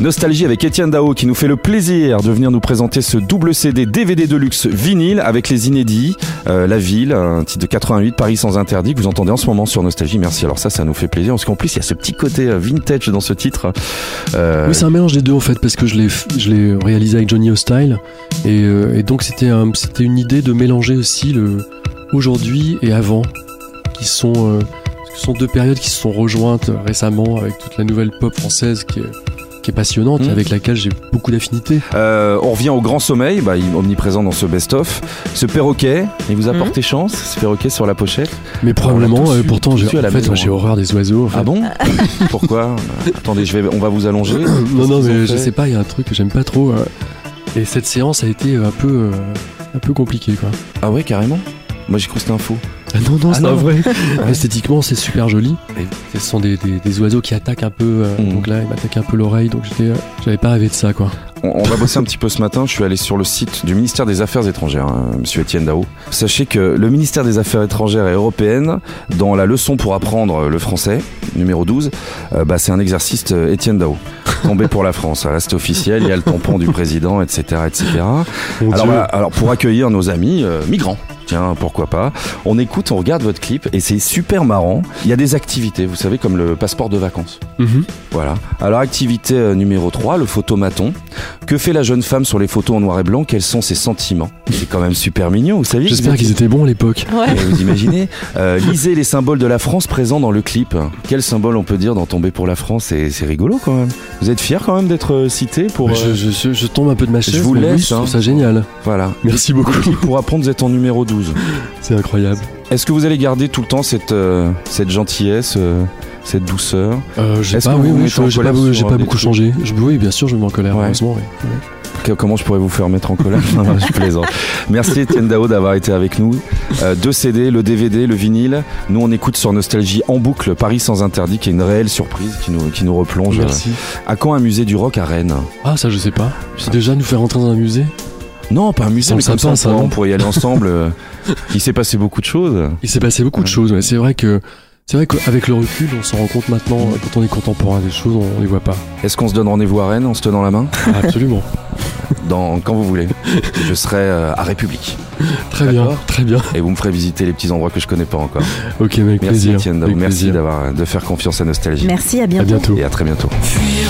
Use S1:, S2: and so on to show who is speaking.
S1: Nostalgie avec Étienne Dao qui nous fait le plaisir de venir nous présenter ce double CD DVD de luxe vinyle avec les inédits, euh, La Ville, un titre de 88, Paris sans interdit que vous entendez en ce moment sur Nostalgie. Merci. Alors ça, ça nous fait plaisir parce qu'en plus il y a ce petit côté euh, vintage dans ce titre. Euh,
S2: Oui, c'est un mélange des deux en fait, parce que je l'ai, je l'ai réalisé avec Johnny Hostile, et, euh, et donc c'était, un- c'était une idée de mélanger aussi le aujourd'hui et avant, qui sont, euh, ce sont deux périodes qui se sont rejointes récemment avec toute la nouvelle pop française qui est, qui est passionnante,
S1: Mhm.
S2: et avec laquelle j'ai beaucoup d'affinités.
S1: euh, on revient au Grand Sommeil, bah, il est omniprésent dans ce best-of. Ce perroquet, il vous a
S3: Mhm.
S1: porté chance, ce perroquet sur Ah, la pochette.
S2: Mais probablement,
S1: tous
S2: euh,
S1: su-
S2: pourtant,
S1: tous
S2: j'ai,
S1: su à la
S2: en fait,
S1: maison,
S2: moi, j'ai
S1: hein.
S2: horreur des oiseaux. en fait.
S1: Ah bon Pourquoi Euh, Attendez, je vais, on va vous allonger.
S2: non, non,
S1: qu'ils ont
S2: mais je
S1: fait
S2: sais pas, il y a un truc que j'aime pas trop. euh, et cette séance a été euh, un peu, euh, un peu compliquée, quoi.
S1: Ah ouais, carrément Moi j'ai cru que c'était un faux.
S2: Ah non, non,
S1: Ah
S2: c'est
S1: non.
S2: pas vrai. Esthétiquement, c'est super joli.
S1: Oui.
S2: Ce sont des, des- des oiseaux qui attaquent un peu. euh,
S1: Mhm.
S2: Donc là, ils m'attaquent un peu l'oreille. Donc j'étais, euh, j'avais pas rêvé de ça, quoi.
S1: On, on va bosser un petit peu ce matin. Je suis allé sur le site du ministère des Affaires étrangères, hein, monsieur Étienne Dao. Sachez que le ministère des Affaires étrangères et européennes, dans la leçon pour apprendre le français, numéro 12, euh, bah, c'est un exercice euh, Étienne Dao. Tombé pour la France. Là, c'est officiel. Il y a le tampon du président, etc., etc.
S2: Mon
S1: Alors,
S2: Dieu.
S1: voilà, alors, pour accueillir nos amis euh, migrants. Tiens, pourquoi pas. On écoute, on regarde votre clip et c'est super marrant. Il y a des activités, vous savez, comme le passeport de vacances.
S2: Mhm.
S1: Voilà. Alors, activité euh, numéro 3, le photomaton. Que fait la jeune femme sur les photos en noir et blanc Quels sont ses sentiments C'est quand même super mignon, vous saviez
S2: J'espère qu'ils étaient bons à l'époque.
S3: Ouais.
S1: Mais Vous imaginez Euh, Lisez les symboles de la France présents dans le clip. Quel symbole on peut dire dans Tomber pour la France C'est c'est rigolo quand même. Vous êtes fier quand même d'être euh, cité pour. euh,
S2: Je, je- je- je tombe un peu de ma chaise.
S1: vous
S2: mais oui,
S1: laisse,
S2: je trouve
S1: hein.
S2: ça génial.
S1: Voilà.
S2: Merci beaucoup.
S1: Pour apprendre, vous êtes en numéro 12.
S2: c'est incroyable.
S1: Est-ce que vous allez garder tout le temps cette, euh, cette gentillesse, euh, cette douceur
S2: Euh, j'ai
S1: Est-ce
S2: pas,
S1: que vous
S2: oui,
S1: vous
S2: oui,
S1: mettez
S2: je-
S1: en
S2: j'ai pas,
S1: colère
S2: j'ai
S1: sur
S2: pas
S1: des
S2: beaucoup
S1: trucs
S2: changé. Je- oui, bien sûr, je me mets en colère.
S1: Ouais.
S2: Heureusement, oui.
S1: Que- Comment je pourrais vous faire mettre en colère Non, Je plaisante. Merci Etienne Dao d'avoir été avec nous. Euh, deux CD, le DVD, le vinyle. Nous, on écoute sur Nostalgie en boucle Paris sans interdit, qui est une réelle surprise qui nous, qui nous replonge.
S2: Merci.
S1: À quand un musée du rock à Rennes
S2: Ah, ça, je sais pas. C'est déjà nous faire rentrer dans un musée.
S1: Non, pas un musée,
S2: Ça me
S1: mais comme ça, on
S2: sympa, ça,
S1: pourrait-
S2: non
S1: on pourrait y aller ensemble. Euh, Il s'est passé beaucoup de choses.
S2: Il s'est passé beaucoup de
S1: Ouais.
S2: choses. ouais. C'est vrai que c'est vrai qu'avec le recul, on s'en rend compte maintenant.
S1: Mm.
S2: euh, Quand on est contemporain des choses, on les voit pas.
S1: Est-ce qu'on se donne rendez-vous à Rennes en se tenant la main
S2: Absolument.
S1: Dans, Quand vous voulez. Je serai euh, à République.
S2: Très bien,
S1: D'accord.
S2: très bien.
S1: Et vous me ferez visiter les petits endroits que je connais pas encore.
S2: Ok, avec
S1: Merci
S2: plaisir.
S1: Étienne Dao.
S2: Avec
S1: Merci
S2: plaisir.
S1: d'avoir de faire confiance à Nostalgie.
S3: Merci, à
S2: À bientôt.
S1: Et à très bientôt.
S4: Fuir